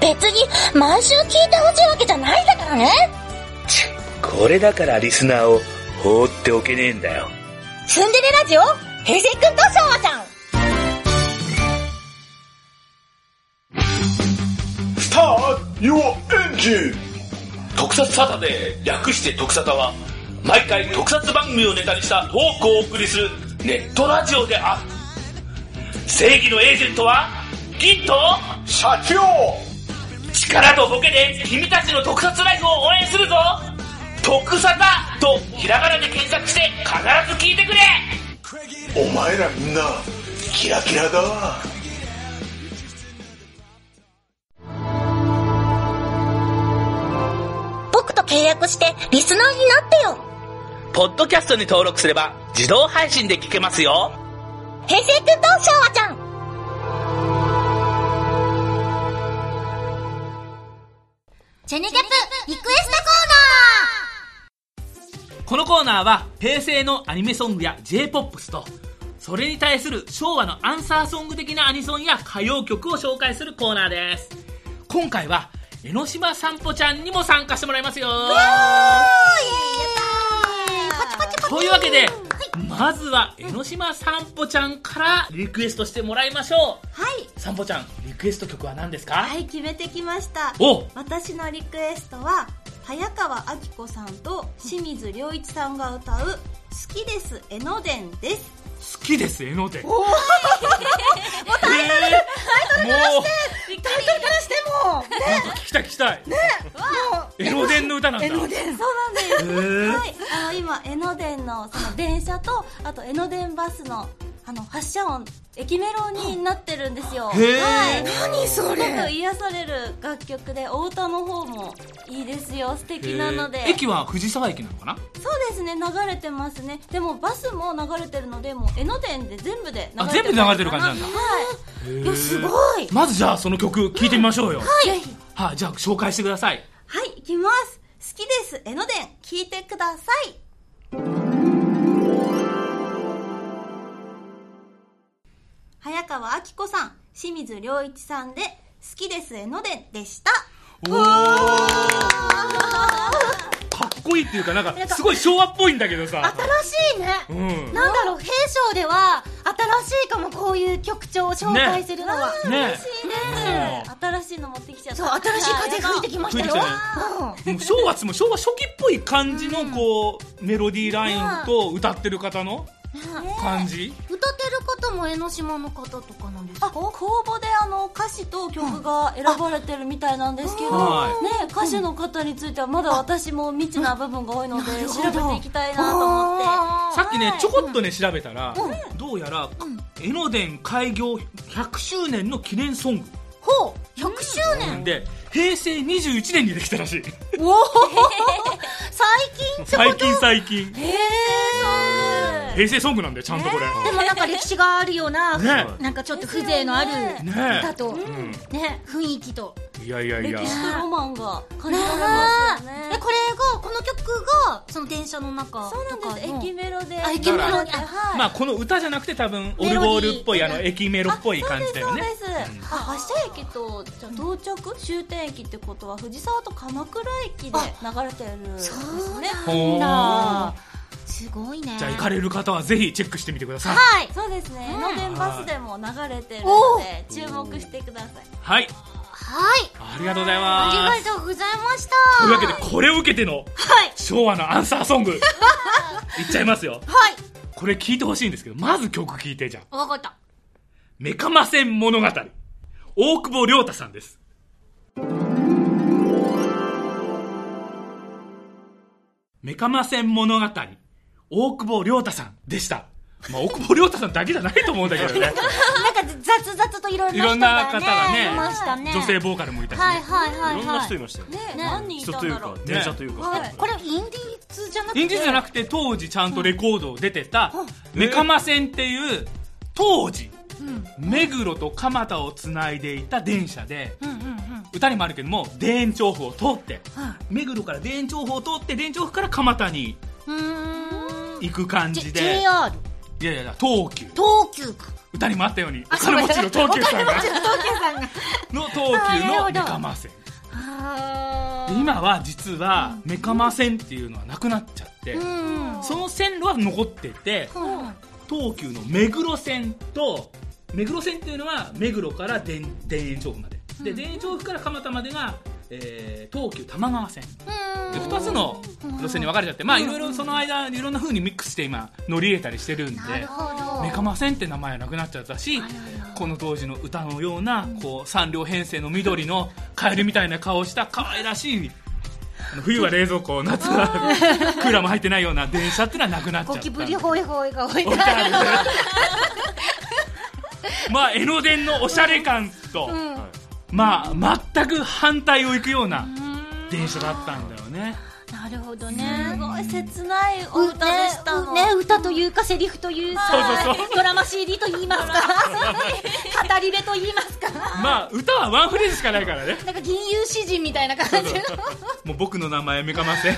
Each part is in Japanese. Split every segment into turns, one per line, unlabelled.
別に毎週聞いてほしいわけじゃないんだからね
チッこれだからリスナーを放っておけねえんだよ
ツンデレラジオ平成くんと昭和さん
スター Your Engine 特撮サタデー略して特サタは毎回特撮番組をネタにしたトークをお送りするネットラジオである正義のエージェントは銀と社長力とボケで君たちの特撮ライフを応援するぞ特サタとひらがなで検索して必ず聞いてくれお前らみんなキラキラだ
僕と契約してリスナーになってよ
ポッドキャストに登録すれば自動配信で聞けますよ
平成くんと昭和ちゃんジェネギャップリクエストコ
このコーナーは平成のアニメソングや j p o p とそれに対する昭和のアンサーソング的なアニソンや歌謡曲を紹介するコーナーです今回は江ノ島さんぽちゃんにも参加してもらいますよというわけでまずは江ノ島さんぽちゃんからリクエストしてもらいましょ
はい、
うさんぽちゃんリクエスト曲は何ですか、
はい、決めてきました。
お
私のリクエストは、早川明子さんと清水良一さんが歌う、好きです、江ノ電です。
好きです江ノ電 もう
タ
イトル、
タイトルからしても、
なんか聞きたい聞きたい、江ノ電の歌なんだ
電そうなんです。
へー
はい、あの今江ノ電のその電車とあと江ノ電バスのあの発車音駅メロになってるんですよ。はい。
ー
何それ？すごく癒される楽曲でお歌の方もいいですよ。素敵なので。
えー駅は藤沢駅なのかな
そうですね流れてますね。でもバスも流れてるのでもう江ノ電で全部で流れて
あ全部流れてる感じなんだ
はい。いやすごい。
いまずじゃあその曲聴いてみましょうよ、はい
ぜひ
じゃあ紹介してください
はい、行きます。好きです、江ノ電。聞いてください。早川明子さん、清水良一さんで、好きです、江ノ電でした。
おおかっこいいっていうかなんかすごい昭和っぽいんだけどさ
新しいね、
うん
なんだろう平将では新しいかもこういう曲調を紹介するのは、
ね
いいね新しいの持ってきちゃった。
そう 新しい風吹いてきまし
吹い
た
て
よ
きたねもう昭和っつも昭和初期っぽい感じのこうメロディーラインと歌ってる方の感じ
歌ってる方も江ノ島の方とかなんです
あ
か
公募であの歌詞と曲が選ばれてるみたいなんですけど、
うんあはい
ね、歌詞の方についてはまだ私も未知な部分が多いので調べていきたいなと思って。
さっきねちょこっとね調べたらどうやら江ノ電開業100周年の記念ソング
ほう100周年
で平成21年にできたらしい
最近って
最
こと
近最近
へえ
平成ソングなんだよちゃんとこれ、
でもなんか歴史があるような、
ね
なんかちょっと風情のある
ね
歌と、ね雰囲気と
いやいやいや
歴史とロマンが感じ
ね
られますよ
え
ね。
これがこの曲がその電車の中
そうなんです。
とかの
駅メロで。
あ駅メロにあ
はい。
まあこの歌じゃなくて多分オルゴールっぽいあの駅メロっぽい感じだよね
あそうですそうです。あ発車駅とじゃあ到着終点駅ってことは藤沢と鎌倉駅で流れてるんですね。
ほー
すごいね
じゃあ行かれる方はぜひチェックしてみてください
はい
そうですね。
う
江
ん
ノ電バスでも流れてるの
お
で注目してください。
はい
はい
ありがとうございま
あ
す
りがとうございました
というわけでこれを受けての
はい
昭和のアンサーソングいっちゃいますよ
はい
これ聞いてほしいんですけどまず曲聞いてじゃあ
わかった
「メカマセン物語」大久保亮太さんですメカマセン物語大久保亮太さんでした、まあ、大久保亮太さんだけじゃないと思うんだけ どね
なんか雑々といろんな人がね
いろんな方がね
いましたね
女性ボーカルもいたし、ね
はいはいはいはい
ろんな人いましたよ
ね
ね
何人い
人
た
と
ん
いう
だろ
か
う。
電車というか
はい
これインディーズじゃなくて
インディーズじゃなくて当時ちゃんとレコードを出てたメカマ線っていう当時目黒と蒲田をつないでいた電車で
うんうんうん
歌にもあるけども田園調布を通って目黒から田園調布を通って田園調布から蒲田に
うーん
行く感
J-
じで
JR
いやいや東急
東急か
歌にもあったようにお金持ちの東急さんが
東急さんが
の東急のメカマ線
あー
今は実はメカマ線っていうのはなくなっちゃって、
うん
その線路は残ってて、
うん
東急の目黒線と目黒線っていうのは目黒から田田園調布までで、田園調布から蒲田までが、えー東急多摩川線で2つの路線に分かれちゃってまあいろいろその間いろんな風にミックスして今乗り入れたりしてるんで
なるほど
メカマ線って名前はなくなっちゃったしこの当時の歌のようなこう3両編成の緑のカエルみたいな顔をした可愛らしいあの冬は冷蔵庫夏はクーラーも入ってないような電車っていうのはなくなっちゃっ
ゴ
た
キブリホイホイが置いて
置いてあ
あ
る
る
ね まあ江ノ電のおしゃれ感と、まあ全く反対を行くような電車だったんだよね
なるほどね
すごい切ないお歌でしたの、
ねね歌というかセリフというか
そうそうそ
ドラマ CD と言いますか語り部と言いますか
まあ歌はワンフレーズしかないからね
なんか銀融詩人みたいな感じの
もう僕の名前メカマセ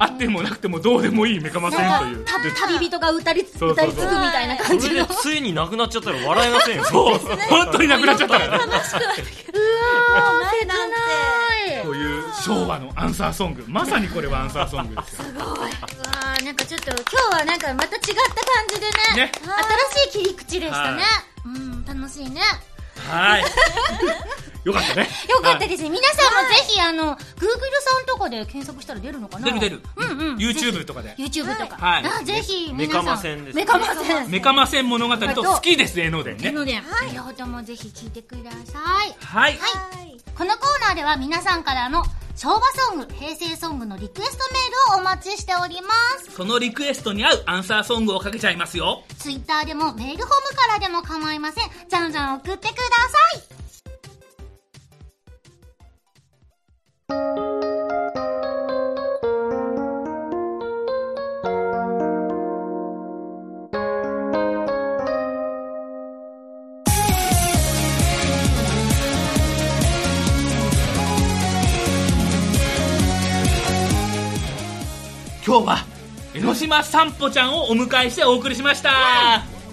あってもなくてもどうでもいいメカマセンという
た旅人が歌りつ
そうそ
歌
うそう
い継ぐみたいな感
そ
じ
れ
の
でついになくなっちゃったら笑えませんよ
そう本当になくなっちゃったからね
前なんて
こういう昭和のアンサーソングまさにこれはアンサーソングですよ
うわーなんかちょっと今日はなんかまた違った感じでね
ね
新しい切り口でしたね、
は
うん楽しいね
はいよかったね
よかった
はい
ですね、皆さんもぜひあの Google さんとかで検索したら出るのかな
出る出る
うんうん
YouTube とかで
YouTube とか、
はい
あぜひ
メ
皆さ
カ
ん
マ線ですね
メカマ線
メカマセン物語と好きですね能電
な
ね
ので、両方ともぜひ聞いてください
はい
はい、このコーナーでは皆さんからの昭和ソング平成ソングのリクエストメールをお待ちしております
そのリクエストに合うアンサーソングをかけちゃいますよ
ツイッターでもメールホームからでも構いませんじゃんじゃん送ってください
今日は江ノ島さんぽちゃんをお迎えしてお送りしました、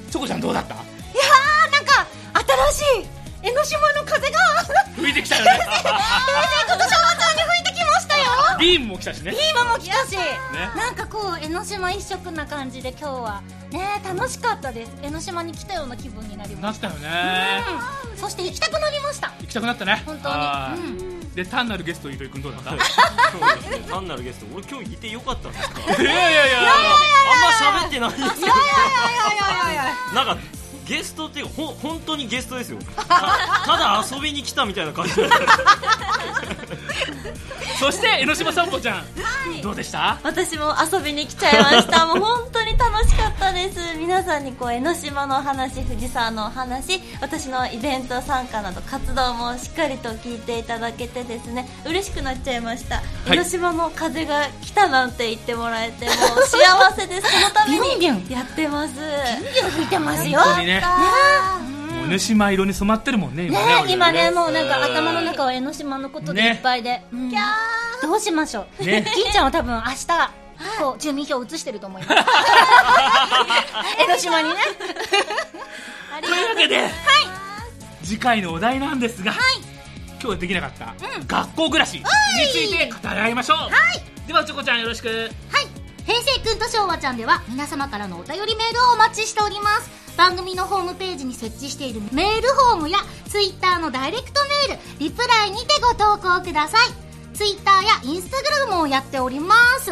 チョコちゃんどうだった
いやーなんか新しい江ノ島の風が
吹いてき たよね
今年はちゃんに吹いてきましたよ
ビームも来たしね
今も来たし、なんかこう江ノ島一色な感じで今日はね楽しかったです江ノ島に来たような気分になりま
な
し
ったよ
た
ね
うんそして行きたくなりました
行きたくなったね
本
は
当
い
に、うん、
で単なるゲスト糸井君どうだった
そうですね単なるゲスト俺今日いてよかったんですか
いやいやいや
あんま喋ってないんですけどなんかゲストっていうかほん本当にゲストですよたただ遊びに来たみたいな感じで
そして江ノ島さんぽちゃん、どうでした
私も遊びに来ちゃいました もう本当に楽しかったです皆さんにこう江ノ島のお話藤沢のお話私のイベント参加など活動もしっかりと聞いていただけてですね嬉しくなっちゃいました、
い
江ノ島の風が来たなんて言ってもらえてもう幸せですそのため
ビュン
にやってます
吹いてますよ
本当にね
うん
もう江ノ島色に染まってるもんね今ね俺ら
ね今ねもうなんか頭の中は江ノ島のことでいっぱいで、うんどうしましょう、
ね
銀ちゃんは多分明日こう住民票移してると思います江ノ島にね
というわけで、次回のお題なんですが、今日はできなかった、学校暮らしについて語り合いましょう、ではチョコちゃんよろしく
はい平成くんと昭和ちゃんでは皆様からのお便りメールをお待ちしております番組のホームページに設置しているメールフォームやツイッターのダイレクトメールリプライにてご投稿くださいツイッターやインスタグラムもやっております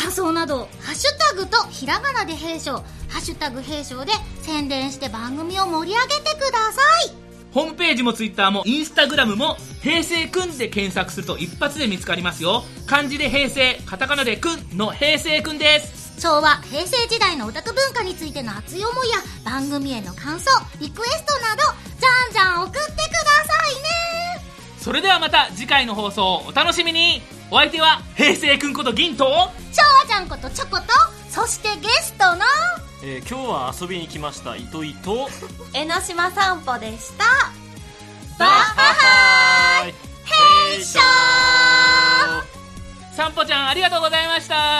感想など「ハッシュタグ」とひらがなで平将「ハッシュタグ平将」で宣伝して番組を盛り上げてください
ホームページもツイッターもインスタグラムも平成くんで検索すると一発で見つかりますよ漢字で平成カタカナでくんの平成くんです
昭和平成時代のオタク文化についての熱い思いや番組への感想リクエストなどじゃんじゃん送ってくださいね
それではまた次回の放送をお楽しみにお相手は平成くんこと銀と
昭和ちゃんことチョコとそしてゲストの
えー今日は遊びに来ました糸井と
江ノ島散歩でした
バッハハイ
弊社
さんぽちゃんありがとうございました